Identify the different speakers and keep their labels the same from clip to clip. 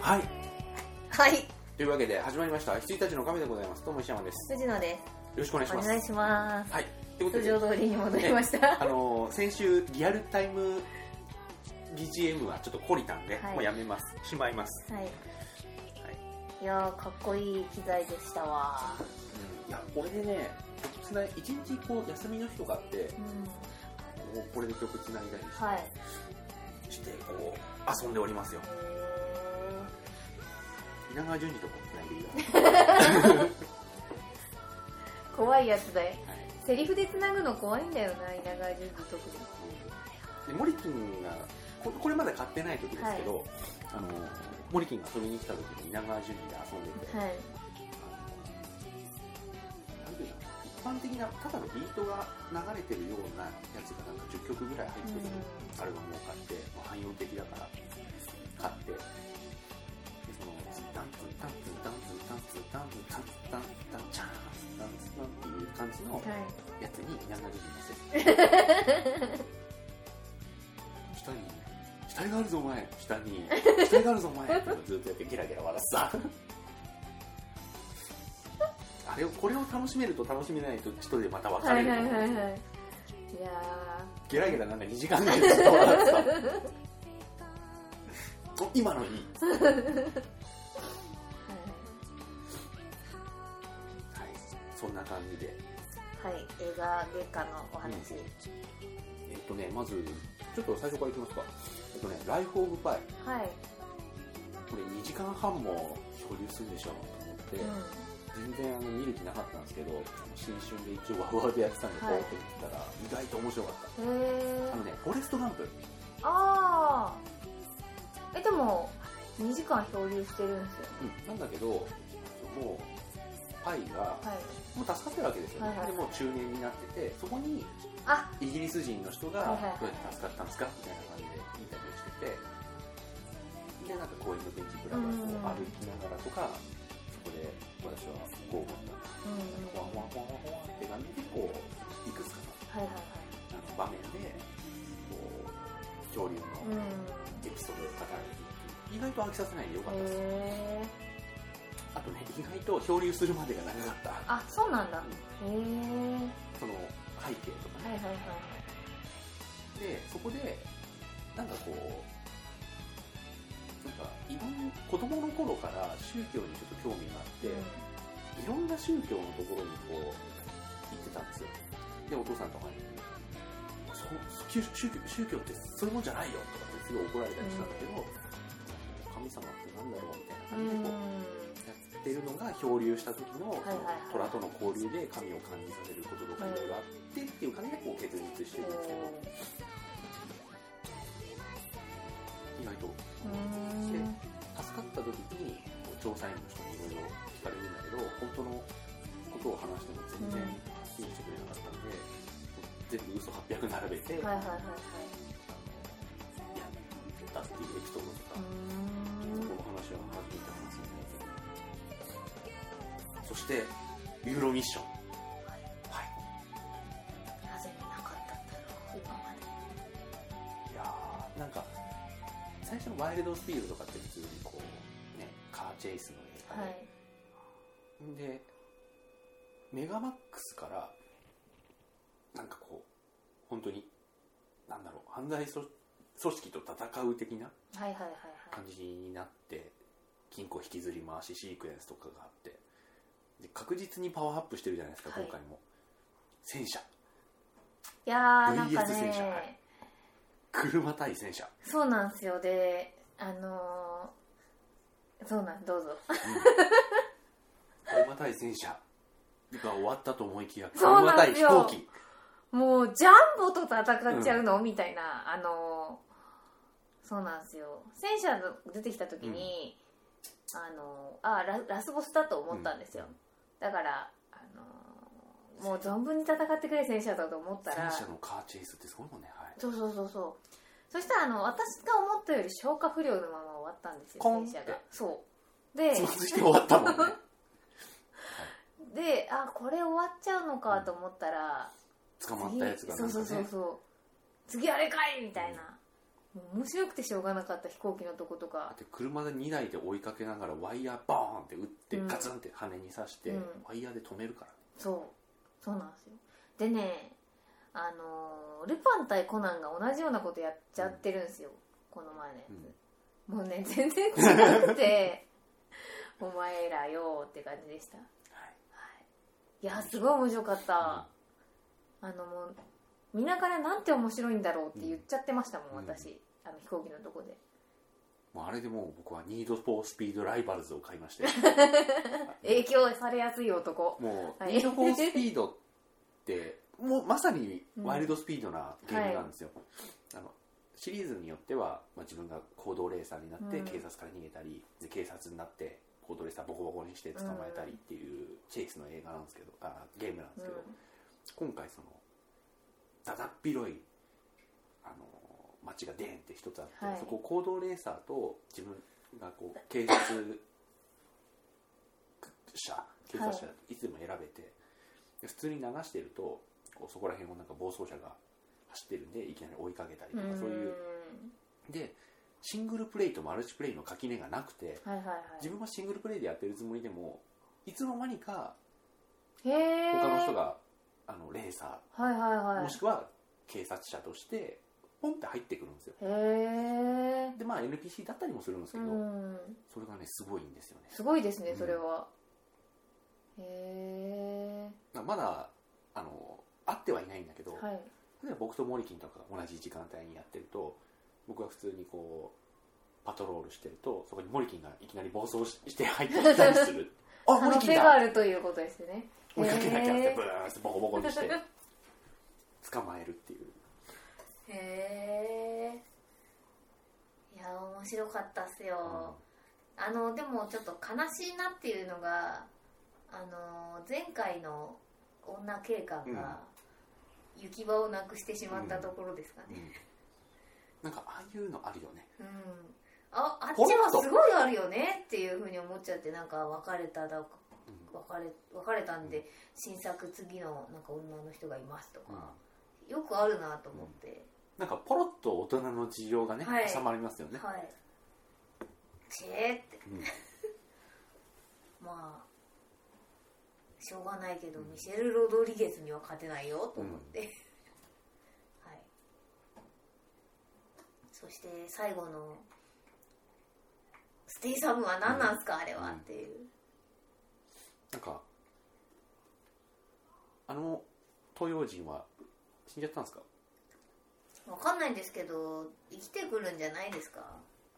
Speaker 1: はい
Speaker 2: はい
Speaker 1: というわけで始まりました羊たちの亀でございますどうも石山ですよ
Speaker 2: 藤野です
Speaker 1: ろしくお願いし
Speaker 2: お
Speaker 1: ます
Speaker 2: 願いします
Speaker 1: はいということ
Speaker 2: 通
Speaker 1: で
Speaker 2: 常通りに戻りました
Speaker 1: あのー先週リアルタイム BGM はちょっと懲りたんで、
Speaker 2: はい
Speaker 1: もうやめますしまいます、
Speaker 2: はいいやーかっこいい機材でしたわ
Speaker 1: うん、いやこれでね曲つない一日こう休みの日とかって
Speaker 2: うん
Speaker 1: もうこれで曲つないだり
Speaker 2: はい
Speaker 1: してこう遊んでおりますよ
Speaker 2: へ
Speaker 1: 稲川淳二とかもつないでいいよ、
Speaker 2: ー怖いやつだよ
Speaker 1: はい
Speaker 2: セリフでつなぐの怖いんだよな稲川淳二特に
Speaker 1: でモリキンがここれまだ買ってない時ですけど、あのモリキンが遊びに来た時に稲川淳二で遊んでて、
Speaker 2: はい
Speaker 1: なんていうの一般的なただのビートが流れてるようなやつがなんか10曲ぐらい入ってるアルバムを買って、まあ汎用的だから買ってでそのダンツンダンツンダンツンダンツンダンツンダンツンダンツンダンチャーンダンツンダンっていう感じの
Speaker 2: はい
Speaker 1: やつに稲川淳二 のせ下に「額があるぞお前 下に額があるぞお前」ってずっとやってゲラゲラ笑って さあれをこれを楽しめると楽しめないと人でまた分か
Speaker 2: は
Speaker 1: れ
Speaker 2: い
Speaker 1: る
Speaker 2: は
Speaker 1: と
Speaker 2: い
Speaker 1: 思う、
Speaker 2: はいはいいや
Speaker 1: ゲラゲラなんか2時間ぐらいずっと笑 ってたお今のいい、
Speaker 2: ー
Speaker 1: はい、そんな感じで
Speaker 2: はい、はい、映画月間のお話、
Speaker 1: えっとねまずちょっと最初からいきますかえっとね「ライフ・オブ・パイ」
Speaker 2: はい、
Speaker 1: これ2時間半も漂流するんでしょうと思って、
Speaker 2: うん
Speaker 1: 全然あの見る気なかったんですけど新春で一応ワウワウでやってたんでこう
Speaker 2: はい
Speaker 1: やって見てたら意外と面白かっ
Speaker 2: へえ
Speaker 1: たあのねフォレストガンプ
Speaker 2: ああえでも2時間漂流してるんですよね
Speaker 1: なんだけどもうパイが
Speaker 2: はい
Speaker 1: もう助かってるわけですよね、
Speaker 2: はいはい
Speaker 1: でもう中年になっててそこに
Speaker 2: あ
Speaker 1: イギリス人の人が
Speaker 2: はいはいはい
Speaker 1: どうやって助かったんですかみたいな感じでインタビューしててでなんか公園のベンチブラブラこう歩きながらとかそこで私はゴーゴーになっ
Speaker 2: う
Speaker 1: て
Speaker 2: んうん
Speaker 1: ワンワンワンワンワンって感じでこういくつか
Speaker 2: はいはいは
Speaker 1: のあの場面でこう恐竜の
Speaker 2: いうん
Speaker 1: エピソードを語られていて意外と飽きさせないでよかったです、
Speaker 2: へえ
Speaker 1: あとね意外と漂流するまでが長かった
Speaker 2: あそうなんだへえ
Speaker 1: その背景とか
Speaker 2: はい
Speaker 1: ね、
Speaker 2: はいはい
Speaker 1: でそこでなんかこうなんかいろんな子供の頃から宗教にちょっと興味があって、
Speaker 2: うん
Speaker 1: いろんな宗教のところにこう行ってたんですよでお父さんとかにそ宗宗教宗教ってそういうもんじゃないよとかってすごい怒られたりしたんだけど、神様ってなんだろうみたいな
Speaker 2: うん
Speaker 1: 感じでこうやってるのが漂流した時の
Speaker 2: いはいはい
Speaker 1: 虎との交流で神を感じさせることとかいろいろあってっていう感じでこう結実して
Speaker 2: へ
Speaker 1: いくんですけど
Speaker 2: ー
Speaker 1: 意外と
Speaker 2: うん
Speaker 1: 助かった時にこう調査員の人にいろいろ聞かれるんだけど本当のことを話しても全然信じてくれなかったんで、全部嘘800並べて
Speaker 2: はい
Speaker 1: や
Speaker 2: はいはいはい
Speaker 1: ったっていうエピソード
Speaker 2: う
Speaker 1: と
Speaker 2: ん
Speaker 1: か、この話は初めて話すんでそしてユーロミッションはい
Speaker 2: なぜ見なかったんだろう今まで
Speaker 1: いやーなんか最初のワイルドスピードとかって普通にこうねカーチェイスの映画で、
Speaker 2: はい
Speaker 1: でメガマックスからなんかこう本当になんだろう犯罪組組織と戦う的な
Speaker 2: はいはいはい
Speaker 1: 感じになって金庫引きずり回しシークエンスとかがあってで確実にパワーアップしてるじゃないですか、
Speaker 2: はい
Speaker 1: 今回も戦車
Speaker 2: いやーなんか
Speaker 1: VS 戦車は
Speaker 2: ね
Speaker 1: い車対戦 車
Speaker 2: そうなんですよであのーそうなんどうぞ
Speaker 1: 車対戦車が終わったと思いきや
Speaker 2: そう
Speaker 1: 車
Speaker 2: な
Speaker 1: 対
Speaker 2: んです
Speaker 1: 飛
Speaker 2: よ
Speaker 1: 行機
Speaker 2: もうジャンボと戦っちゃうの、みたいなあのそうなんですよ戦車の出てきた時に、あのあララスボスだと思ったんですよ、だからあのもう存分に戦ってくれ戦車だと思ったら
Speaker 1: 戦車のカーチェイスってすごいもんねはい
Speaker 2: そうそうそうそうそしたらあの私が思ったより消化不良のまま終わったんですよ
Speaker 1: コン
Speaker 2: 戦車が
Speaker 1: って
Speaker 2: そうで
Speaker 1: つまずいて終わったもんね
Speaker 2: であこれ終わっちゃうのかと思ったら、
Speaker 1: 捕まったやつがなんかね
Speaker 2: そうそうそうそう次あれかいみたいなもう面白くてしょうがなかった飛行機のとこと
Speaker 1: だ
Speaker 2: か
Speaker 1: って車で2台で追いかけながらワイヤーバーンって打って
Speaker 2: うん
Speaker 1: ガツンって羽に刺して、
Speaker 2: うん
Speaker 1: ワイヤーで止めるからね
Speaker 2: そうそうなんですよでねあのールパン対コナンが同じようなことやっちゃってるんですよ、この前のやつ、もうね全然違くて お前らよーって感じでした、は
Speaker 1: はい
Speaker 2: い、いやすごい面白かった、あのもう見ながらなんて面白いんだろうって言っちゃってましたもん、
Speaker 1: うん
Speaker 2: 私あの飛行機のとこで
Speaker 1: もうあれでもう僕はニードフォースピードライバルズを買 いまして
Speaker 2: 影響されやすい男
Speaker 1: もう、
Speaker 2: はい
Speaker 1: ニードフォースピードってもうまさにワイルドスピードなゲームなんですよ、あのシリーズによっては、まあ、自分が行動レーサーになって
Speaker 2: うん
Speaker 1: 警察から逃げたり、で警察になって行動レーサーボコボコにして捕まえたりっていうチェイスの映画なんですけどあゲームなんですけど、今回そのだだっ広いあの街がデーンって一つあって、
Speaker 2: はい
Speaker 1: そこを行動レーサーと自分がこう警察者警察者
Speaker 2: は
Speaker 1: といつでも選べて、で普通に流してるとこうそこら辺をなんか暴走車が走ってるんでいきなり追いかけたりと
Speaker 2: う
Speaker 1: か
Speaker 2: ん
Speaker 1: そういうでシングルプレイとマルチプレイの垣根がなくて
Speaker 2: はいはいは
Speaker 1: 自分はシングルプレイでやってるつもりでもいつの間にか
Speaker 2: いへえ
Speaker 1: 他の人があのレーサー
Speaker 2: はいはいはい
Speaker 1: もしくは警察者としてポンって入ってくるんですよ
Speaker 2: へえ
Speaker 1: でまあ NPC だったりもするんですけ
Speaker 2: う
Speaker 1: ど、
Speaker 2: ん
Speaker 1: それがねすごいんですよね
Speaker 2: すごいですね
Speaker 1: うん
Speaker 2: それは、へ
Speaker 1: まあまだあの会ってはいないんだけど、
Speaker 2: えはい
Speaker 1: 例えば僕とモリキンとかが同じ時間帯にやってると僕は普通にこうパトロールしてるとそこにモリキンがいきなり暴走しして入ってきたりす るあ
Speaker 2: 可
Speaker 1: モリ
Speaker 2: 能
Speaker 1: キン
Speaker 2: 性があ
Speaker 1: だ
Speaker 2: るということですね
Speaker 1: 追いかけなきゃって
Speaker 2: へ
Speaker 1: ブーンってボコボコにして 捕まえるっていう
Speaker 2: えへえいや面白かったっすよ、あのでもちょっと悲しいなっていうのがあの前回の女警官が行き場をなくしてしまったところですか
Speaker 1: うんう
Speaker 2: ね、
Speaker 1: んなんかああいうのあるよね
Speaker 2: うんああっち
Speaker 1: ほらっ
Speaker 2: は
Speaker 1: と
Speaker 2: すごいあるよねっていうふうに思っちゃってなんか別れただ
Speaker 1: うん
Speaker 2: 別れ別れたんで新作次のなんか女の人がいますと
Speaker 1: うん
Speaker 2: か、よくあるなと思って、
Speaker 1: なんかポロッと大人の事情がね、
Speaker 2: はい
Speaker 1: 収まりますよね、
Speaker 2: はいチえーって
Speaker 1: うん
Speaker 2: まあしょうがないけど、ミシェル・ロドリゲスには勝てないよと思って、 はいそして最後のステイサムは何なんすか、あれは、
Speaker 1: うん
Speaker 2: っていう
Speaker 1: なんかあの東洋人は死んじゃったんですか
Speaker 2: わかんないんですけど生きてくるんじゃないですか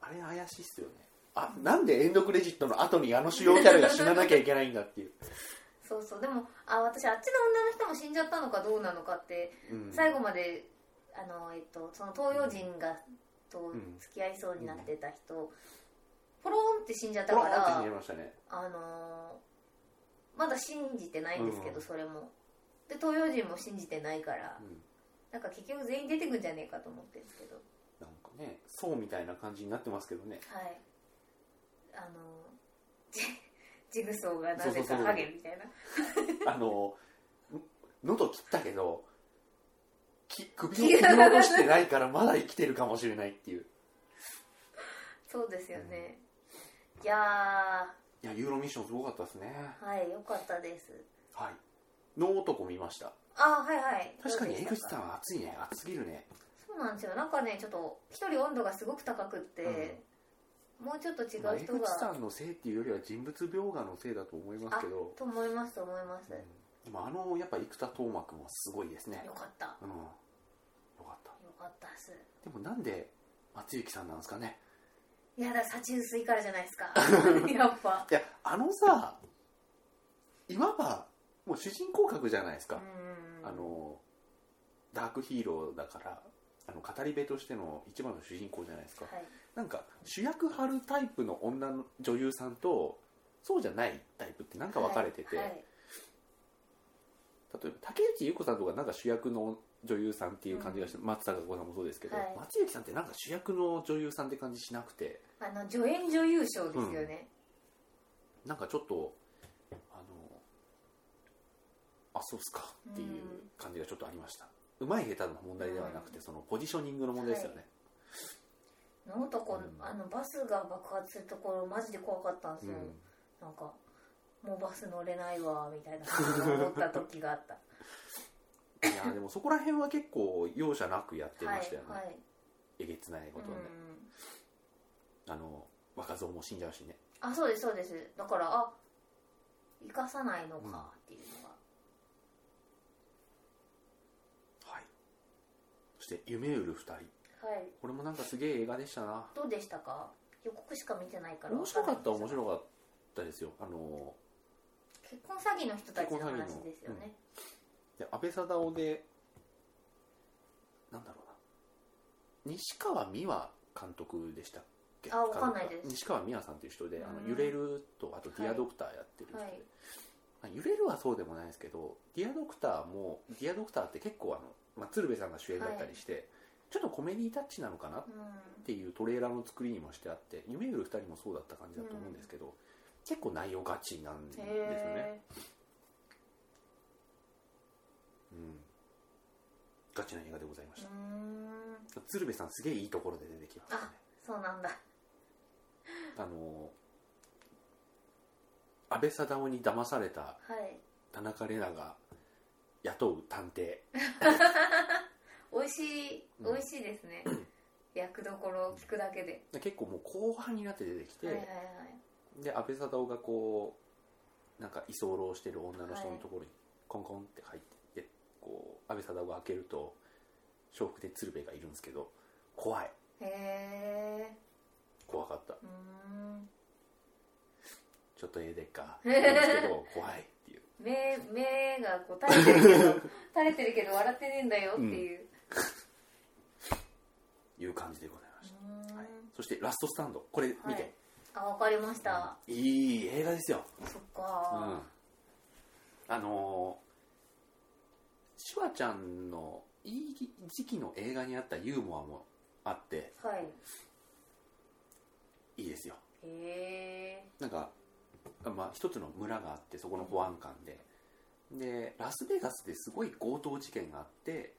Speaker 1: あれ怪しいっすよねあなんでエンドクレジットの後にあの主要キャラが死ななきゃいけないんだっていう、
Speaker 2: そうそうでもあ私あっちの女の人も死んじゃったのかどうなのかって
Speaker 1: うん
Speaker 2: 最後まであの、えっと、その東洋人がと
Speaker 1: ん
Speaker 2: 付き合いそうになってた人、ポローンって死んじゃった
Speaker 1: ポロ
Speaker 2: か
Speaker 1: ンって
Speaker 2: ら
Speaker 1: 死にましたね
Speaker 2: あのーまだ信じてないんですけど、
Speaker 1: うん
Speaker 2: それもで東洋人も信じてないから、
Speaker 1: うん
Speaker 2: なんか結局全員出てくんじゃねえかと思ってるんですけど
Speaker 1: なんかねそうみたいな感じになってますけどね
Speaker 2: はいあの ジジグソーがなぜ
Speaker 1: そうそ
Speaker 2: か
Speaker 1: うそう
Speaker 2: ハゲみたいな
Speaker 1: あのん喉切ったけどき首を切り落としてないからまだ生きてるかもしれないっていう
Speaker 2: そうですよね、いや
Speaker 1: いやユーロミッションすごかったですね
Speaker 2: ーはいよかったです
Speaker 1: はい。の男見ました。
Speaker 2: あはいはい
Speaker 1: 確かに江
Speaker 2: どう
Speaker 1: 口
Speaker 2: でした
Speaker 1: さんは暑いね。暑すぎるね。
Speaker 2: そうなんですよなんかねちょっと一人温度がすごく高くって、もうちょっと違
Speaker 1: まあ
Speaker 2: う
Speaker 1: 江
Speaker 2: 人
Speaker 1: 口さ
Speaker 2: が
Speaker 1: んのせいっていうよりは人物描画のせいだと思いますけど、
Speaker 2: と思いますと思います、
Speaker 1: うん、でもあのやっぱ生田斗真君はすごいですね
Speaker 2: よ。かったよ
Speaker 1: うん。よかった。
Speaker 2: かったっす
Speaker 1: でもなんで松雪さんなんですかね。
Speaker 2: いやだ幸薄いからじゃないです かやっぱ
Speaker 1: いやあのさ、いわばもう主人公格じゃないです
Speaker 2: う
Speaker 1: か。
Speaker 2: ん
Speaker 1: あのダークヒーローだから。あの語り部としての一番の主人公じゃないですか、
Speaker 2: はい
Speaker 1: なんか主役張るタイプの女の女優さんとそうじゃないタイプってなんか分かれてて、
Speaker 2: はいはい
Speaker 1: 例えば竹内結子さんとかなんか主役の女優さんっていう感じがして、松坂子さんもそうですけど、
Speaker 2: はい
Speaker 1: 松雪さんってなんか主役の女優さんって感じしなくて
Speaker 2: あの助演女優賞ですよね、
Speaker 1: なんかちょっとあのあそうっすかっていう感じがちょっとありました、うまい下手の問題ではなくてそのポジショニングの問題ですよね、
Speaker 2: あの男、
Speaker 1: うん
Speaker 2: あのバスが爆発するところマジで怖かったんですよ、
Speaker 1: う
Speaker 2: なんかもうバス乗れないわみたいなこと思った時があった
Speaker 1: ん、いやでもそこら辺は結構容赦なくやってましたよね、
Speaker 2: はいはい
Speaker 1: えげつないことをね、
Speaker 2: うん
Speaker 1: あの若造も死んじゃうしね
Speaker 2: あそうですそうですだからあ生かさないのかっていうのが、
Speaker 1: はいそして夢売る2人
Speaker 2: はい
Speaker 1: これもなんかすげえ映画でしたな
Speaker 2: どうでしたか予告しか見てないから
Speaker 1: 面白かったは面
Speaker 2: い
Speaker 1: 白かったですよあの
Speaker 2: 結婚詐欺の人たちの話
Speaker 1: 結婚詐欺の
Speaker 2: ですよね、
Speaker 1: で安倍貞夫でなんだろうな西川美和監督でしたっけ
Speaker 2: あわかんないです
Speaker 1: 西川美和さんという人で「あの
Speaker 2: うん
Speaker 1: 揺れる」とあと「ディアドクター」やってる人で、
Speaker 2: はい
Speaker 1: まあ揺れるはそうでもないですけど「ディアドクターも」ディアドクター」って結構あの、まあ、鶴瓶さんが主演だったりして、ちょっとコメディタッチなのかなっ
Speaker 2: うん
Speaker 1: ていうトレーラーの作りにもしてあって夢見る2人もそうだった感じだと思うんですけど、結構内容ガチなんですよね、
Speaker 2: へ
Speaker 1: うん、ガチな映画でございま
Speaker 2: え
Speaker 1: し
Speaker 2: う
Speaker 1: た、
Speaker 2: ん
Speaker 1: 鶴瓶さんすげえいいところで出てきましたね
Speaker 2: そうなんだ
Speaker 1: あの安倍貞夫に騙された
Speaker 2: はい
Speaker 1: 田中玲奈が雇う探偵
Speaker 2: 美味しい
Speaker 1: うん
Speaker 2: 美味しいです ね、役どころを聞くだけで、
Speaker 1: で結構もう後半になって出てきて、
Speaker 2: はいはい
Speaker 1: で安倍貞夫がこうなんか居候してる女の人のところにコンコンって入ってってこう安倍貞夫が開けると笑福で鶴瓶がいるんですけど怖い
Speaker 2: はいへえ
Speaker 1: 怖かった
Speaker 2: うーん
Speaker 1: ちょっとええでっかなんです けど怖いっていう
Speaker 2: 目目がこう垂れてるけど垂れてるけど笑ってねえんだよっていう、
Speaker 1: いう感じでございま
Speaker 2: う
Speaker 1: し
Speaker 2: ーん
Speaker 1: た、はい、そしてラストスタンドこれ見て、
Speaker 2: はいあわかりました、
Speaker 1: うんいい映画ですよ
Speaker 2: そっ
Speaker 1: うん
Speaker 2: か、
Speaker 1: あのー、シュワちゃんのいい時期の映画にあったユーモアもあって
Speaker 2: はい
Speaker 1: いいですよ
Speaker 2: へえ
Speaker 1: なんか、まあ、一つの村があってそこの保安官ででラスベガスですごい強盗事件があって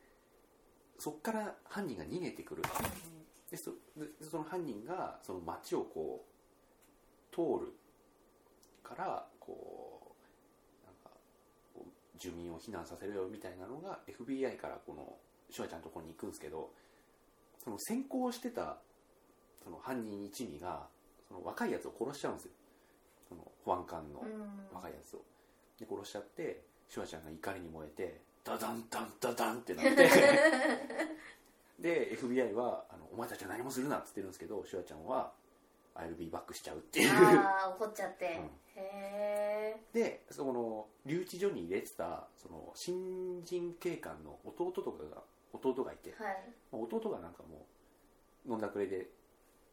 Speaker 1: そっから犯人が逃げてくるでそでその犯人がその街をこう通るからこうなんかこう住民を避難させるよみたいなのが FBI からこのシュワちゃんのところに行くんですけどその先行してたその犯人一味がその若いやつを殺しちゃうんですよその保安官の
Speaker 2: うん
Speaker 1: 若いやつをで殺しちゃってシュワちゃんが怒りに燃えてダダンダンダダンってなって。で FBI はあの「お前たちは何もするな」っつってるんですけどシュワちゃんは「I'll be back」しちゃうっていう
Speaker 2: ああ 怒っちゃって、
Speaker 1: うん
Speaker 2: へえ
Speaker 1: でその留置所に入れてたその新人警官の弟とかが弟がいて、
Speaker 2: はい
Speaker 1: まあ弟がなんかもう飲んだくれで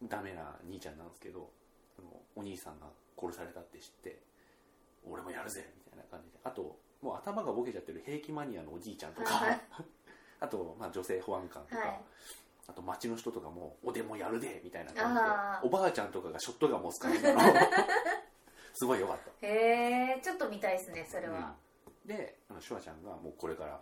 Speaker 1: ダメな兄ちゃんなんですけどそのお兄さんが殺されたって知って「俺もやるぜ」みたいな感じであともう頭がボケちゃってる兵器マニアのおじいちゃんとか、
Speaker 2: はい
Speaker 1: あと、まあ、女性保安官とか、
Speaker 2: はい
Speaker 1: あと町の人とかも「おでもやるで」みたいな感じで
Speaker 2: あー
Speaker 1: おばあちゃんとかがショットガン持 つ感じなの すごい良かった
Speaker 2: へえちょっと見たいですねそれは、
Speaker 1: うんであのシュワちゃんがもうこれから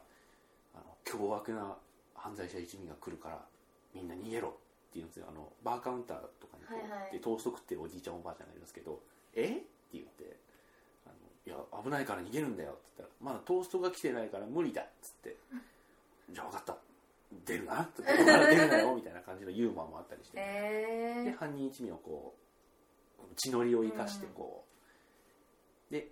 Speaker 1: あの凶悪な犯罪者一味が来るからみんな逃げろって言うんですよあのバーカウンターとかにこう、
Speaker 2: はいはい
Speaker 1: でトースト食ってるおじいちゃんおばあちゃんがいるんですけど「えっ?」て言ってあの「いや危ないから逃げるんだよ」って言ったら「まだトーストが来てないから無理だ」っ つって「じゃあ分かった出るな」って言って「出るなよ」みたいな感じのユーモアもあった りして、
Speaker 2: へ
Speaker 1: で
Speaker 2: え
Speaker 1: 犯人一味をこう血のりを生かしてこう、で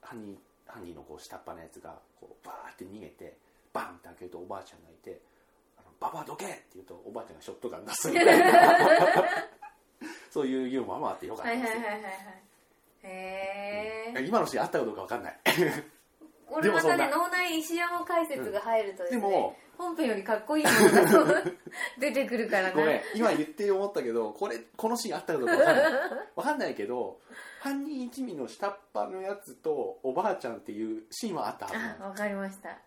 Speaker 1: 犯人犯人のこう下っ端のやつがこうバーって逃げてバンって開けるとおばあちゃんがいて「あのババアどけ!」って言うとおばあちゃんがショットガン出すみたい なそういうユーモアもあってよかっ
Speaker 2: は
Speaker 1: た
Speaker 2: い
Speaker 1: で
Speaker 2: はい
Speaker 1: す
Speaker 2: はい
Speaker 1: ね
Speaker 2: はいはいへえ
Speaker 1: 今のシーンあったかどうかわかんない
Speaker 2: これまたね
Speaker 1: でも
Speaker 2: 脳内石山解説が入るとです
Speaker 1: で
Speaker 2: ね、
Speaker 1: も
Speaker 2: 本編よりかっこいいものがそう 出てくるから
Speaker 1: ごめん
Speaker 2: ね
Speaker 1: 今言って思ったけどこれこのシーンあったかどうかわかんないわかんない けど犯人一味の下っ端のやつとおばあちゃんっていうシーンはあったはずなんです
Speaker 2: あわかりました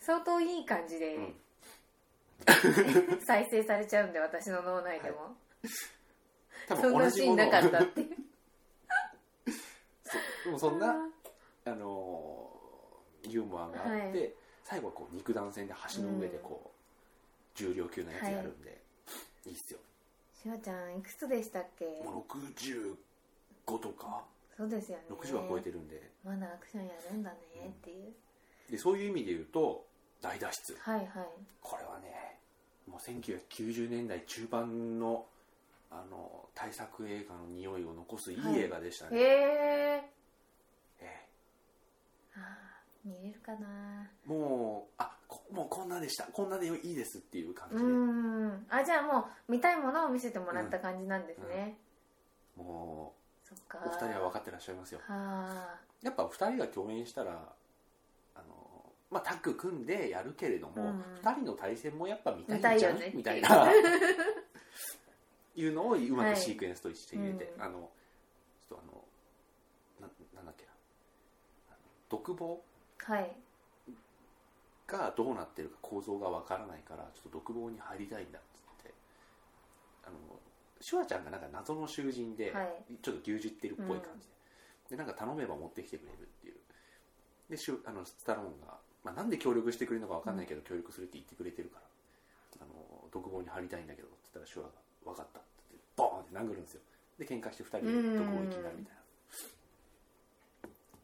Speaker 2: 相当いい感じで、
Speaker 1: うん
Speaker 2: 再生されちゃうんで私の脳内でも、
Speaker 1: 多
Speaker 2: そ
Speaker 1: 分
Speaker 2: ん
Speaker 1: 同
Speaker 2: な
Speaker 1: じ
Speaker 2: シー
Speaker 1: も
Speaker 2: ン
Speaker 1: のを
Speaker 2: なかったっていう
Speaker 1: でもそんな、あのーユーモアがあって、
Speaker 2: は
Speaker 1: 最後はこう肉弾戦で橋の上でこう、重量級のやつやるんで、いいっすよ
Speaker 2: しおちゃんいくつでしたっけ
Speaker 1: もう65とか
Speaker 2: そうですよね
Speaker 1: 60は超えてるんで
Speaker 2: まだアクションやるんだねっていう、
Speaker 1: でそういう意味で言うと大脱出
Speaker 2: はいはい
Speaker 1: これはねもう1990年代中盤のあの大作映画の匂いを残すいい
Speaker 2: はい
Speaker 1: 映画でしたね、
Speaker 2: へえ
Speaker 1: え
Speaker 2: あー見れるかな
Speaker 1: えもうあこもうこんなでしたこんなでいいですっていう感
Speaker 2: う
Speaker 1: じ
Speaker 2: ー
Speaker 1: で、
Speaker 2: んあじゃあもう見たいものを見せてもらった感じなんですね、
Speaker 1: も
Speaker 2: そっか
Speaker 1: うお二人は分かってらっしゃいますよ
Speaker 2: はあ
Speaker 1: やっぱ二人が共演したらあのまあタッグ組んでやるけれど
Speaker 2: う
Speaker 1: も、
Speaker 2: ん
Speaker 1: 二人の対戦もやっぱ見たいんじゃん
Speaker 2: 見たいよね
Speaker 1: みたいないうのをうま
Speaker 2: はい
Speaker 1: くシークエンスとして入れて、
Speaker 2: うん
Speaker 1: あのちょっとあのななんだっけなあの独房
Speaker 2: はい
Speaker 1: がどうなってるか構造がわからないからちょっと独房に入りたいんだっつってあのシュワちゃんがなんか謎の囚人で、
Speaker 2: はい
Speaker 1: ちょっと牛耳ってるっぽい感じで,、でなんか頼めば持ってきてくれるっていうでシュあのスタローンが、まあ、なんで協力してくれるのかわかんないけど、協力するって言ってくれてるからあの独房に入りたいんだけどって言ったらシュワが「分かった」って言ってボーンって殴るんですよで喧嘩して2人で独房行きになるみたいな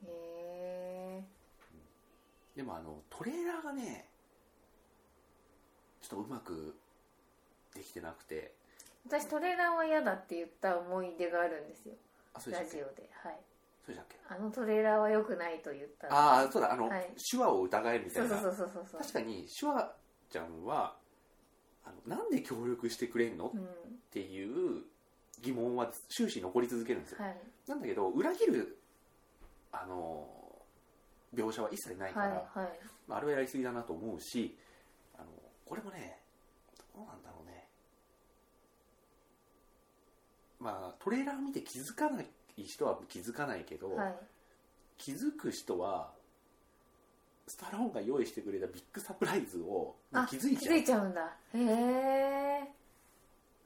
Speaker 2: へえ
Speaker 1: でもあのトレーラーがねちょっとうまくできてなくて
Speaker 2: 私トレーラーは嫌だって言った思い出があるんですよ
Speaker 1: あそうでし
Speaker 2: ラ
Speaker 1: たっ
Speaker 2: ジ
Speaker 1: け
Speaker 2: オではい
Speaker 1: そうでしたっけ
Speaker 2: あのトレーラーは良くないと言った
Speaker 1: ああそうだあの、
Speaker 2: はい
Speaker 1: 手話を疑えみた
Speaker 2: そ
Speaker 1: いうな
Speaker 2: そうそうそうそうそう
Speaker 1: 確かに手話ちゃんはあのなんで協力してくれんの、
Speaker 2: う
Speaker 1: っ
Speaker 2: ん
Speaker 1: ていう疑問は終始残り続けるんですよ、
Speaker 2: はい
Speaker 1: なんだけど裏切るあの描写は一切ないか
Speaker 2: は
Speaker 1: ら、
Speaker 2: いはい
Speaker 1: まあ、あれはやりすぎだなと思うしあのこれもねどうなんだろうねまあトレーラー見て気づかない人は気づかないけど、
Speaker 2: はい
Speaker 1: 気づく人はスタローンが用意してくれたビッグサプライズをもう
Speaker 2: あ
Speaker 1: 気づいちゃう
Speaker 2: うんだへえ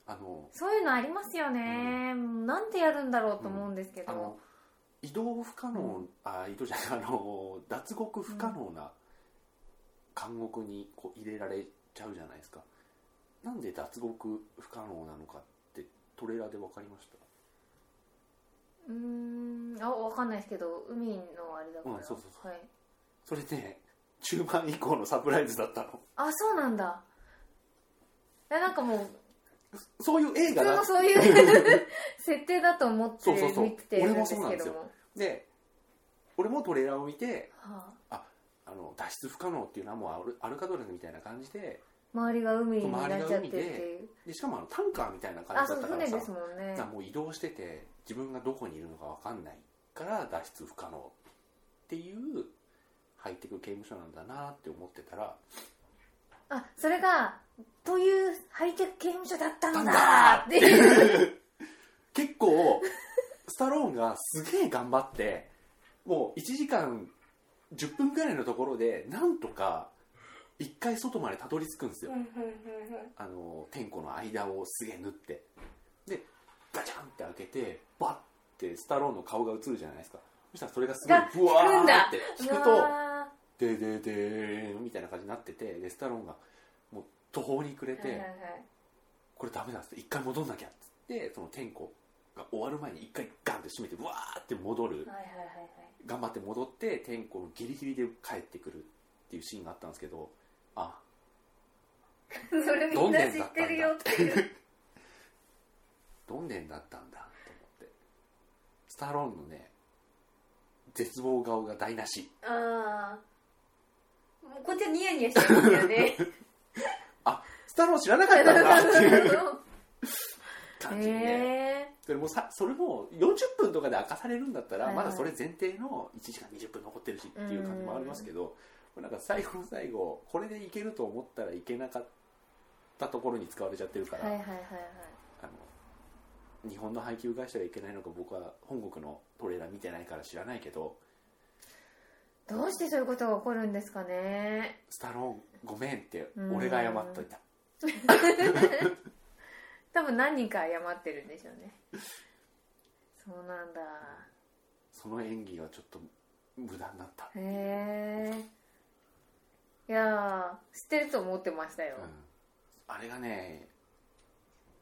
Speaker 1: あの
Speaker 2: そういうのありますよね、なんでやるんだろうと思うんですけ
Speaker 1: あの
Speaker 2: ど、
Speaker 1: 移動不可能、
Speaker 2: う
Speaker 1: あ移動じゃないあの脱獄不可能な監獄にこう入れられちゃうじゃないですかなんで脱獄不可能なのかってトレーラーで分かりました
Speaker 2: うーんあわかんないですけど海のあれだから、
Speaker 1: うんそうそうそ
Speaker 2: はい、
Speaker 1: それね中盤以降のサプライズだったの
Speaker 2: あそうなんだえなんかもう
Speaker 1: そういう映
Speaker 2: 普
Speaker 1: 画
Speaker 2: 通
Speaker 1: だ
Speaker 2: のそういう 設定だと思って
Speaker 1: そうそうそう
Speaker 2: 見てるんです
Speaker 1: 俺もそうなん
Speaker 2: け
Speaker 1: です
Speaker 2: ど
Speaker 1: よ
Speaker 2: も
Speaker 1: で俺もトレーラーを見て
Speaker 2: はあ
Speaker 1: あの脱出不可能っていうのはもうアルアルカドレスみたいな感じで
Speaker 2: 周りが海になっちゃってっていう
Speaker 1: でしかもあのタンカーみたいな感
Speaker 2: あ
Speaker 1: じ
Speaker 2: そ
Speaker 1: だっ
Speaker 2: う
Speaker 1: たから
Speaker 2: 船
Speaker 1: さ
Speaker 2: ですもんね
Speaker 1: だからもう移動してて自分がどこにいるのか分かんないから脱出不可能っていうハイテク刑務所なんだなって思ってたら
Speaker 2: あそれがというハイテク刑務所だったん
Speaker 1: だった
Speaker 2: だ
Speaker 1: んだ
Speaker 2: っていう
Speaker 1: 結構 スタローンがすげえ頑張ってもう1時間10分くらいのところでなんとか1回外までたどり着くんですよあの天候の間をすげえ縫ってでガチャンって開けてバッてスタローンの顔が映るじゃないですかそしたらそれがすごい
Speaker 2: が
Speaker 1: ブワ
Speaker 2: くん
Speaker 1: ー
Speaker 2: だ
Speaker 1: って引
Speaker 2: う
Speaker 1: くと
Speaker 2: わ
Speaker 1: 「でででーん」みたいな感じになっててでスタローンがもう途方に暮れ
Speaker 2: ーは
Speaker 1: て、
Speaker 2: いはいはい
Speaker 1: これダメなんですって一回戻んなきゃっつってその天候が終わる前に一回ガンって閉めてブワーって戻る
Speaker 2: はいはいはいはい
Speaker 1: 頑張って戻って天候のギリギリで帰ってくるっていうシーンがあったんですけどあ
Speaker 2: それみんな知ってるよっていう
Speaker 1: どんねんだったんだと思ってスタローンのね絶望顔が台無し
Speaker 2: ああもうこっちはニヤニヤしてるんだよね
Speaker 1: スタローン知らなかったんだっていう感じで、ね
Speaker 2: へえ
Speaker 1: それもさそれも40分とかで明かされるんだったら、
Speaker 2: はいはい
Speaker 1: まだそれ前提の1時間20分残ってるしっていう感じもありますけど、なんか最後の最後これでいけると思ったらいけなかったところに使われちゃってるから、
Speaker 2: はいはいはいはい
Speaker 1: あの日本の配給会社がいけないのか僕は本国のトレーラー見てないから知らないけど
Speaker 2: どうしてそういうことが起こるんですかね
Speaker 1: スタローンごめんって
Speaker 2: うん
Speaker 1: 俺が謝っといた
Speaker 2: 多分何人か謝ってるんでしょうねそうなんだ
Speaker 1: その演技がちょっと無駄になった、
Speaker 2: へえいやー知ってると思ってましたよ、
Speaker 1: うんあれがね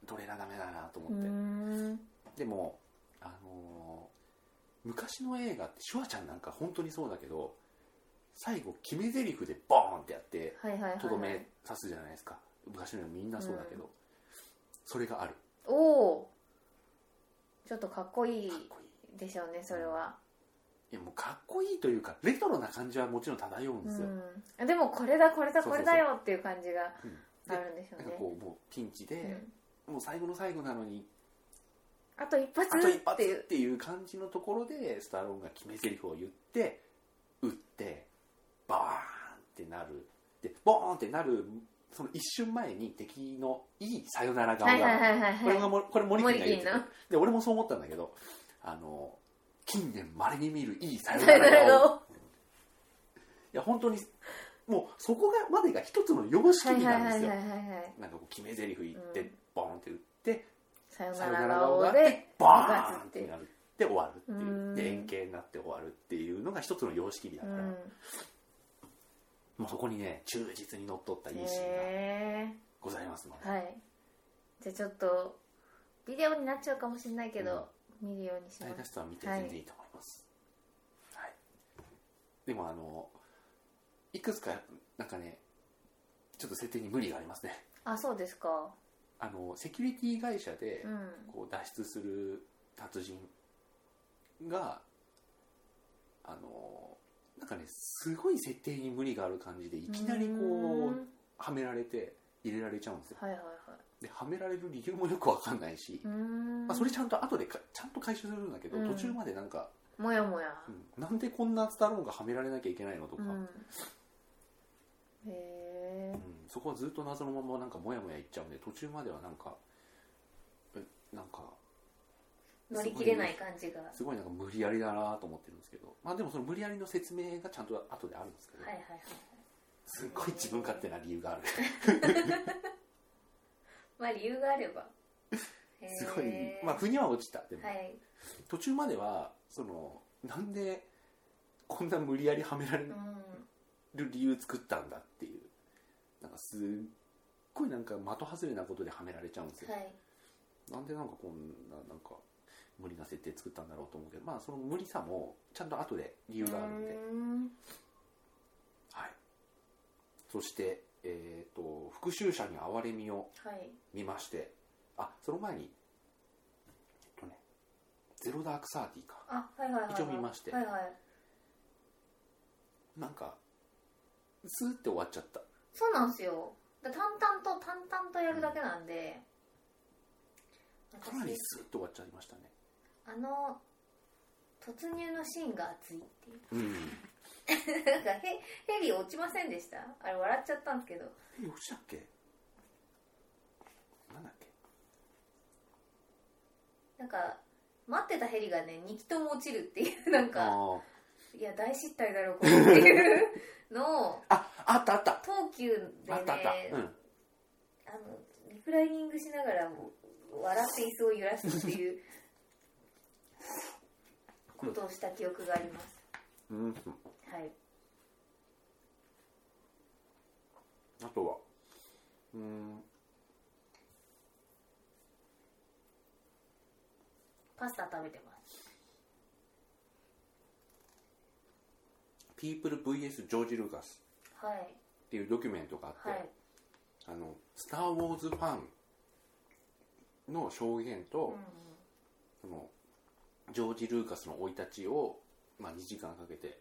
Speaker 1: トレーラーダメだなと思
Speaker 2: う
Speaker 1: って、
Speaker 2: ん
Speaker 1: でもあのー昔の映画ってシュワちゃんなんか本当にそうだけど最後決め台詞でボーンってやって
Speaker 2: はいはいはいはい
Speaker 1: とどめ刺すじゃないですか昔の映画みんなそうだけど、それがある
Speaker 2: おおちょっとかっこいい
Speaker 1: かっこいい
Speaker 2: でしょうねそれは、
Speaker 1: いやもうかっこいいというかレトロな感じはもちろん漂うん
Speaker 2: う
Speaker 1: ですよ、
Speaker 2: ん、でもこれだこれだ
Speaker 1: そう
Speaker 2: こ
Speaker 1: そうそう
Speaker 2: れだよっていう感じが
Speaker 1: うん
Speaker 2: あ
Speaker 1: で
Speaker 2: るんでしょ
Speaker 1: なん
Speaker 2: う
Speaker 1: か
Speaker 2: ね、
Speaker 1: こうもうピンチ
Speaker 2: う
Speaker 1: で、
Speaker 2: ん
Speaker 1: もう最後の最後なのに
Speaker 2: あと一発
Speaker 1: あと一
Speaker 2: っ
Speaker 1: 発
Speaker 2: てい
Speaker 1: っ
Speaker 2: う
Speaker 1: ていう感じのところでスタローンが決め台詞を言って打ってバーンってなるでボーンってなるその一瞬前に敵のいいさよなら顔が、
Speaker 2: はいはいはいはい
Speaker 1: これが
Speaker 2: は
Speaker 1: もこれ森君が言って
Speaker 2: 森金の
Speaker 1: で俺もそう思ったんだけどあの近年まれに見るいいさ
Speaker 2: い
Speaker 1: よ
Speaker 2: さ
Speaker 1: な
Speaker 2: よなら
Speaker 1: ら顔い
Speaker 2: 顔
Speaker 1: や本当にもうそこがまでが一つの様式
Speaker 2: はい
Speaker 1: 美
Speaker 2: は
Speaker 1: ない
Speaker 2: はい
Speaker 1: んです
Speaker 2: はい
Speaker 1: よ
Speaker 2: はいはい
Speaker 1: なんかこう決め台詞言って、
Speaker 2: うん
Speaker 1: ボーンって打って
Speaker 2: さよ
Speaker 1: さ
Speaker 2: な
Speaker 1: よな
Speaker 2: ら
Speaker 1: ら顔があ
Speaker 2: 顔
Speaker 1: っ
Speaker 2: で
Speaker 1: てバーン
Speaker 2: っ
Speaker 1: ってて
Speaker 2: いう
Speaker 1: なるで終わるっていううんで円形になって終わるっていうのが一つの様式美だ
Speaker 2: う
Speaker 1: から、
Speaker 2: ん
Speaker 1: もうそこにね忠実にのっとったいいシーンが
Speaker 2: へえ
Speaker 1: ございますので、
Speaker 2: はいじゃあちょっとビデオになっちゃうかもしれないけど、見るようにし
Speaker 1: ダイ
Speaker 2: ま
Speaker 1: ナ
Speaker 2: す
Speaker 1: ストは見て全然いいと思います、はいでもあのいくつかなんかねちょっと設定に無理がありますね
Speaker 2: あそうですか
Speaker 1: あのセキュリティ会社で
Speaker 2: うん
Speaker 1: こう脱出する達人があのなんかねすごい設定に無理がある感じでいきなりこ
Speaker 2: ー
Speaker 1: うんはめられて入れられちゃうんですよ
Speaker 2: はいはいはい
Speaker 1: ではめられる理由もよくわかんないし
Speaker 2: う、ーん
Speaker 1: まあ、それちゃんと後でかちゃんと回収するんだけど、
Speaker 2: うん
Speaker 1: 途中までなんか、
Speaker 2: もやもや
Speaker 1: うんなんでこんなスタローンがはめられなきゃいけないのと
Speaker 2: う
Speaker 1: か、うん
Speaker 2: んへえ
Speaker 1: そこはずっと謎のままなんかモヤモヤいっちゃうんで途中まではなんかえなんか
Speaker 2: 乗り切れない感じがはい
Speaker 1: すごいなんか無理やりだなと思ってるんですけど、まあ、でもその無理やりの説明がちゃんと後であるんですけど、
Speaker 2: はいはい
Speaker 1: すっごい自分勝手な理由がある
Speaker 2: まあ理由があれば
Speaker 1: すごい
Speaker 2: へえ
Speaker 1: まあ腑には落ちたでも、
Speaker 2: はい
Speaker 1: 途中まではそのなんでこんな無理やりはめられ
Speaker 2: うん
Speaker 1: る理由作ったんだっていうなんかすっごいなんか的外れなことではめられちゃうんですよ、
Speaker 2: はい
Speaker 1: なんでなんかこんななんか無理な設定作ったんだろうと思うけどまあその無理さもちゃんと後で理由があるんで
Speaker 2: うーん
Speaker 1: はい、そして、えー、と復讐者に憐れみを
Speaker 2: はい
Speaker 1: 見ましてあその前にえっとね「ゼロダークサーティーか
Speaker 2: あはいはいはいはい
Speaker 1: 一応見まして
Speaker 2: はいはい
Speaker 1: なんかスーって終わっちゃった
Speaker 2: そうなんですよだ淡々と淡々とやるだけなんで
Speaker 1: かなりスーって終わっちゃいましたね
Speaker 2: あの突入のシーンが熱いっていう
Speaker 1: うん
Speaker 2: なんかヘヘリ落ちませんでしたあれ笑っちゃったんですけど
Speaker 1: え落ちたっけなんだっけ
Speaker 2: なんか待ってたヘリがね2機とも落ちるっていう なん
Speaker 1: あ
Speaker 2: か
Speaker 1: ー
Speaker 2: いや大失態だろこれっていうのを
Speaker 1: ああったあった
Speaker 2: 東急で
Speaker 1: あ
Speaker 2: ね
Speaker 1: ったあった、うん、
Speaker 2: あのリクライニングしながら笑って椅子を揺らすっていうことをした記憶があります、
Speaker 1: うん、
Speaker 2: はい
Speaker 1: あとはうーん
Speaker 2: パスタ食べてます
Speaker 1: ピープル VS ジョージ・ルーカス
Speaker 2: はい
Speaker 1: っていうドキュメントがあって、
Speaker 2: はい
Speaker 1: あの「スター・ウォーズ」ファンの証言と、
Speaker 2: う
Speaker 1: そのジョージ・ルーカスの生い立ちを、まあ、2時間かけて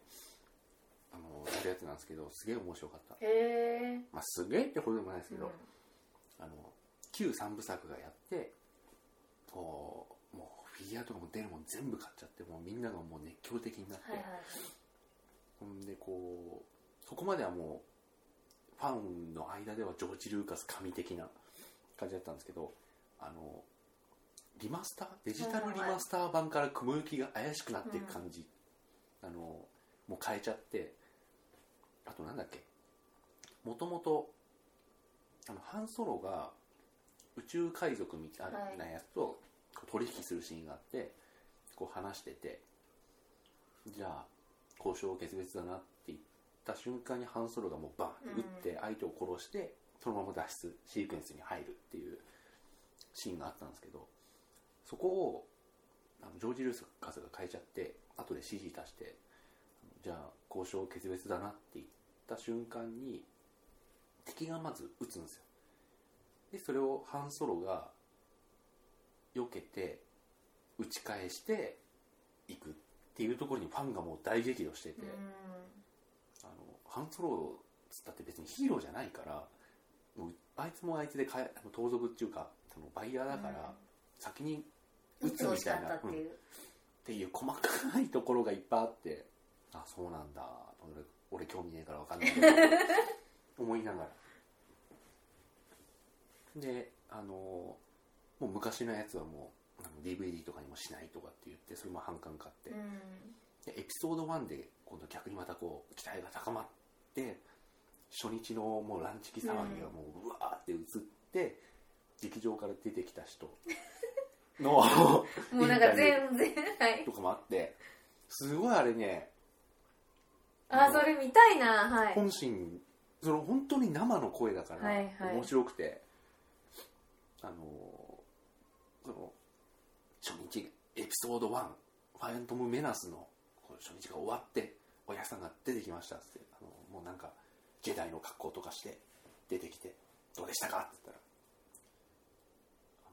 Speaker 1: あのやるやつなんですけどすげえ面白かった、
Speaker 2: ん、へえ
Speaker 1: まあ、すげえってほどでもないですけ
Speaker 2: うん
Speaker 1: ど、あの旧三部作がやってこうもうフィギュアとかも出るもん全部買っちゃってもうみんながもう熱狂的になって、
Speaker 2: はいはい
Speaker 1: ほんでこうそこまではもうファンの間ではジョージ・ルーカス神的な感じだったんですけどあのリマスターデジタルリマスター版から雲行きが怪しくなっていく感じ、あのもう変えちゃってあとなんだっけもともとあのハン・ソロが宇宙海賊みたいなやつとこう取引するシーンがあってこう話しててじゃあ交渉決別だなって言った瞬間にハンソロがもうバンって打って相手を殺してそのまま脱出シークエンスに入るっていうシーンがあったんですけどそこをあのジョージ・ルースカスが変えちゃって後で CG 足してじゃあ交渉決別だなって言った瞬間に敵がまず撃つんですよでそれをハン・ソロが避けて打ち返していくっていうところにファンがもう大激怒してて、あのハン・ソロつったって別にヒーローじゃないからもうあいつもあいつでかえ盗賊っていうかそのバイヤーだから、
Speaker 2: うん
Speaker 1: 先に
Speaker 2: う
Speaker 1: 打
Speaker 2: ん、
Speaker 1: つみたいな、うんっ
Speaker 2: う、
Speaker 1: ていう細かいところがいっぱいあって あそうなんだ俺俺興味ねえから分かんないけど 思いながらであのもう昔のやつはもうあの DVD とかにもしないとかって言ってそれも反感買って、でエピソード1で今度逆にまたこう期待が高まって初日のもうランチキ騒ぎがもううわーって映って、劇場から出てきた人 の
Speaker 2: うん、もうなんか
Speaker 1: インタビ
Speaker 2: 全
Speaker 1: ュ
Speaker 2: 然はい
Speaker 1: とかもあってすごいあれね
Speaker 2: あそれ見たいなはい
Speaker 1: 本心その本当に生の声だから
Speaker 2: はいはい
Speaker 1: 面白くて、あのその初日エピソード1「ファイアントム・メナスの」この初日が終わってお客さんが出てきましたっつってあのもうなんかジェダイの格好とかして出てきて「どうでしたか?」って言ったらあ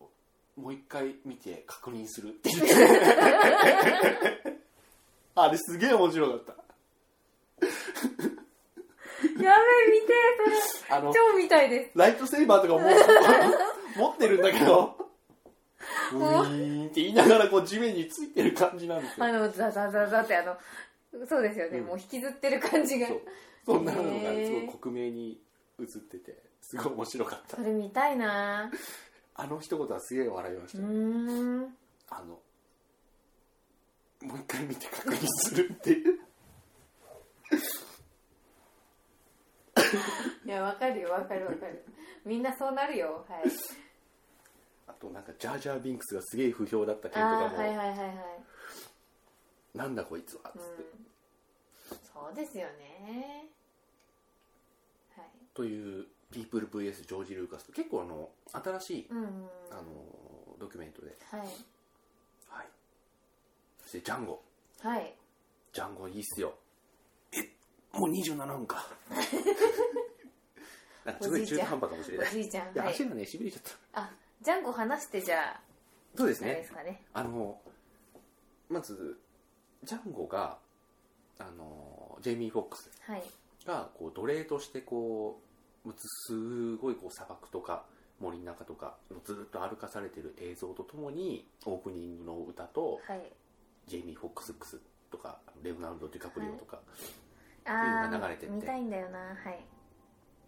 Speaker 1: の「もう一回見て確認する」って言って あれすげえ面白かっ
Speaker 2: やべえ見てそ
Speaker 1: たあ の
Speaker 2: れ超見たいです
Speaker 1: ライトセイバーとかも持ってるんだけど、ウィーンって言いながらこう地面についてる感じなんです
Speaker 2: あ
Speaker 1: よ。
Speaker 2: のザザザザってあのそうですよね、
Speaker 1: うん
Speaker 2: もう引きずってる感じが
Speaker 1: そう
Speaker 2: そ。
Speaker 1: そんなのがす
Speaker 2: へ
Speaker 1: ごい
Speaker 2: ー
Speaker 1: 克明に映ってて、すごい面白かった。
Speaker 2: れ見たいな
Speaker 1: あの一言はすげえ笑いまし
Speaker 2: う
Speaker 1: た。
Speaker 2: ーん
Speaker 1: あの、もう一回見て確認するっていう。
Speaker 2: いやわかるよわかるわかるみんなそうなるよ はい
Speaker 1: あとなんかジャージャービンクスがすげえ不評だった件と
Speaker 2: あ
Speaker 1: か
Speaker 2: ー
Speaker 1: も、
Speaker 2: はいはいはいはい、
Speaker 1: なんだこいつは
Speaker 2: う
Speaker 1: っ
Speaker 2: ん
Speaker 1: つって。、
Speaker 2: そうですよねはい
Speaker 1: という、ピープル VS ジョージ・ルーカスと結構あの、新しい、
Speaker 2: うんうんうん
Speaker 1: あの、ドキュメントで
Speaker 2: はい
Speaker 1: はい。そしてジャンゴ。
Speaker 2: はい
Speaker 1: ジャンゴいいっすよ。え、もう27分か。 なんかすごい中途半端かもしれない。
Speaker 2: おじいちゃん
Speaker 1: いや、
Speaker 2: はい
Speaker 1: 足がね、しびれちゃった。
Speaker 2: あジャンゴ話してじゃあ
Speaker 1: そうです
Speaker 2: あれで
Speaker 1: ね
Speaker 2: す。かね
Speaker 1: あの、まず、ジャンゴが、あの、ジェイミー・フォックス
Speaker 2: はい
Speaker 1: が、こう、奴隷として、こう、すごい、こう、砂漠とか、森の中とか、ずっと歩かされてる映像とともに、オープニングの歌と、
Speaker 2: はい
Speaker 1: ジェイミー・フォックスとか、レオナルド・ディカプリオとか、
Speaker 2: あ
Speaker 1: っていうのが流れて
Speaker 2: あ
Speaker 1: て
Speaker 2: 見たいんだよなはい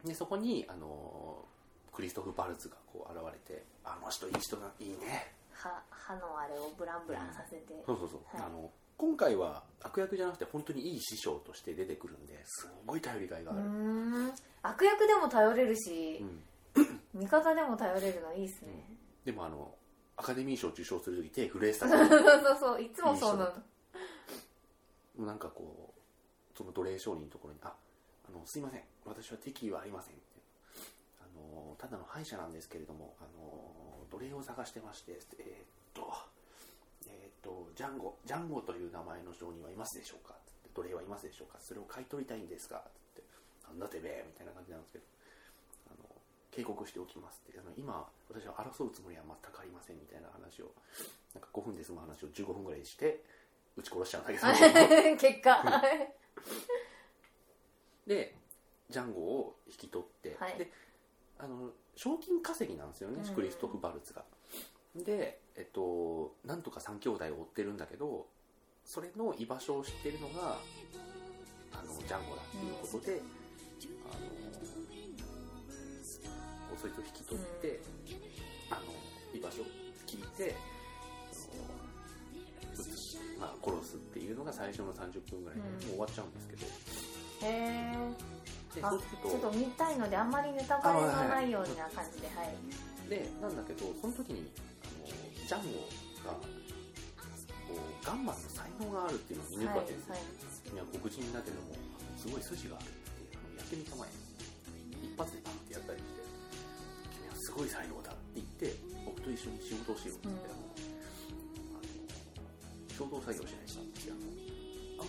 Speaker 1: でそこにあのクリストフ・バルツがこう現れて「あの人いい人だいいね
Speaker 2: 歯歯のあれをブランブランさせて」、
Speaker 1: そうそうそう、
Speaker 2: はい
Speaker 1: あの今回は悪役じゃなくて本当にいい師匠として出てくるんですごい頼りがいうがある、
Speaker 2: ーん悪役でも頼れる
Speaker 1: う
Speaker 2: し
Speaker 1: ん
Speaker 2: 味方でも頼れるのいいっすね、
Speaker 1: でもあのアカデミー賞受賞する時手震え てた
Speaker 2: そ
Speaker 1: か
Speaker 2: うそうそういつもそうなの
Speaker 1: らなんかこうその奴隷商人のところに「ああのすいません私は敵意はありません」あのただの歯医者なんですけれどもあの奴隷を探してましてえーっとえー、とジャンゴジャンゴという名前の商人はいますでしょうかつって奴隷はいますでしょうかそれを買い取りたいんですがつってなんだてめえみたいな感じなんですけどあの警告しておきますってあの今私は争うつもりは全くありませんみたいな話をなんか5分で済む話を15分ぐらいして撃ち殺しちゃうんだけど
Speaker 2: 結果は
Speaker 1: でジャンゴを引き取って、
Speaker 2: はい
Speaker 1: であの賞金稼ぎなんですよね、
Speaker 2: うん
Speaker 1: クリストフ・バルツがで、えっと、なんとか3兄弟を追ってるんだけどそれの居場所を知ってるのがあのジャンゴだっていうことで、あのそいつを引き取って、あの居場所を聞いてその移しまあ、殺すっていうのが最初の30分ぐらい
Speaker 2: うん
Speaker 1: で、もう終わっちゃうんですけ
Speaker 2: い
Speaker 1: ど
Speaker 2: へえ
Speaker 1: で
Speaker 2: あ
Speaker 1: そう
Speaker 2: ち
Speaker 1: す
Speaker 2: ょ
Speaker 1: る
Speaker 2: っ
Speaker 1: と
Speaker 2: と見たいのであんまりネタバレのないような感じではい
Speaker 1: でなんだけどその時にあのジャンゴがこうガンマンの才能があるっていうのを見抜
Speaker 2: は
Speaker 1: く
Speaker 2: い
Speaker 1: わけですよ、いや黒人だけどもすごい筋があるっていうあのやってみたまえ一発でパンってやったりして君はすごい才能だって言ってと一緒に仕事をしようって言って、あのあの共同作業しないとなんです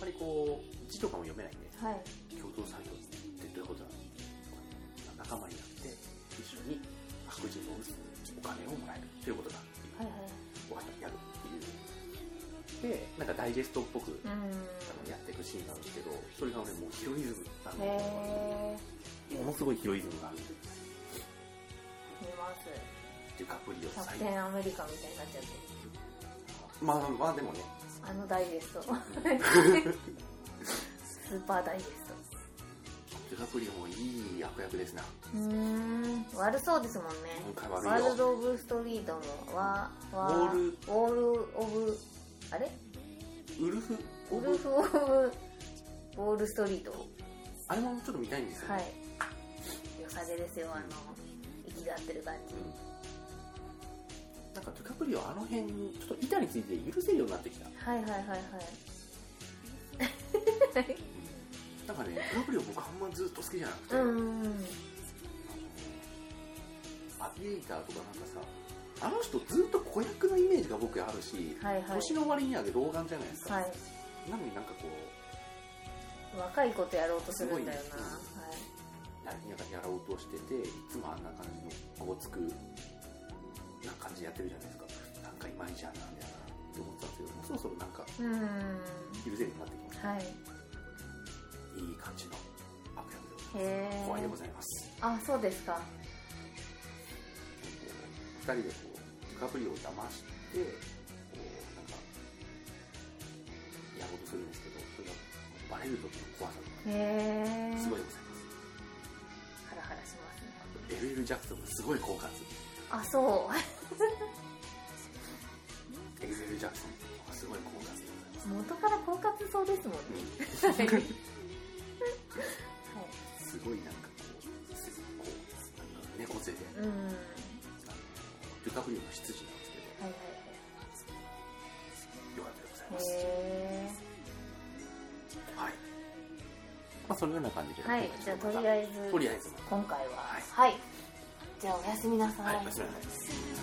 Speaker 1: けどあのあんまりこう字とかも読めないんで
Speaker 2: はい
Speaker 1: 共同作業ってどういうことだ仲間になって一緒に白人のお金をもらえるということだっていう、
Speaker 2: はいはい
Speaker 1: お金をやるっていうでなんかダイジェストっぽく、
Speaker 2: う
Speaker 1: あ
Speaker 2: ん
Speaker 1: のやっていくシーンなんですけどそれがねもうヒロイズムあの
Speaker 2: へ
Speaker 1: ものすごいヒロイズムがある
Speaker 2: え見ます
Speaker 1: デュカプリオ
Speaker 2: キャ
Speaker 1: 最
Speaker 2: プテンアメリカみたいになっちゃって
Speaker 1: まあまあでもね
Speaker 2: あのダイジェス トスーパーダイジェスト
Speaker 1: デュカプリオもいい悪役ですな
Speaker 2: うーん悪そうですもんね
Speaker 1: 今回
Speaker 2: ワ
Speaker 1: 悪い
Speaker 2: ール
Speaker 1: よ
Speaker 2: ド・オブ・ストリートもわわ
Speaker 1: ウォール
Speaker 2: ウォール・オブあれ
Speaker 1: ウルフ
Speaker 2: ウルフ・オブ・ウォール・ストリート
Speaker 1: あれもちょっと見たいんですよ、ね
Speaker 2: はい良さげですよあの息が合ってる感じ
Speaker 1: うんなんかデュカプリオあの辺にちょっと板について許せるようになってきた
Speaker 2: はいはいはいはい
Speaker 1: なんかねデュカプリオ僕あんまずっと好きじゃなくて、
Speaker 2: うんうんうん
Speaker 1: アビエイターとかなんかさあの人ずっと子役のイメージが僕あるし、
Speaker 2: はいはい
Speaker 1: 年の割には老眼じゃないですか、
Speaker 2: はい
Speaker 1: なのになんかこ
Speaker 2: 若いことやろうとするんだよ
Speaker 1: す
Speaker 2: な
Speaker 1: ごいいうやなんかやろうとしてていつもあんな感じのごつくな感じでやってるじゃないですかなんかいまいちやなみたいなって思ってたんですけどもうそろそろなんか
Speaker 2: はいうん
Speaker 1: 許せる
Speaker 2: はい
Speaker 1: ようになってきましたいい感じの悪役でご
Speaker 2: へ
Speaker 1: ざい
Speaker 2: えあ
Speaker 1: ます怖いでございます
Speaker 2: そうですか
Speaker 1: 2人でこうデュカプリオを騙してこうなんかやろうとするんですけどそれがバレる時の怖さと
Speaker 2: へえ
Speaker 1: かすごい
Speaker 2: ハラハ
Speaker 1: ございます
Speaker 2: ラしますね
Speaker 1: あと LL ジャクソンがすごい狡猾
Speaker 2: あそう
Speaker 1: エルル・ジャクソンがすごい狡猾でございます
Speaker 2: 元から狡猾そうですもんねはいはい
Speaker 1: すごいなんかこうすこうあの猫背で
Speaker 2: うんはい
Speaker 1: あのデュカプリオの執事なんですけ
Speaker 2: はい
Speaker 1: どよかったでござい
Speaker 2: は
Speaker 1: ま
Speaker 2: い
Speaker 1: す
Speaker 2: へ
Speaker 1: はいまあそのような感じで
Speaker 2: えはいじゃあとりあえず
Speaker 1: とりあえず
Speaker 2: 今回は
Speaker 1: はい
Speaker 2: はいじゃあおやすみなさ
Speaker 1: はい
Speaker 2: い
Speaker 1: おやすみなさい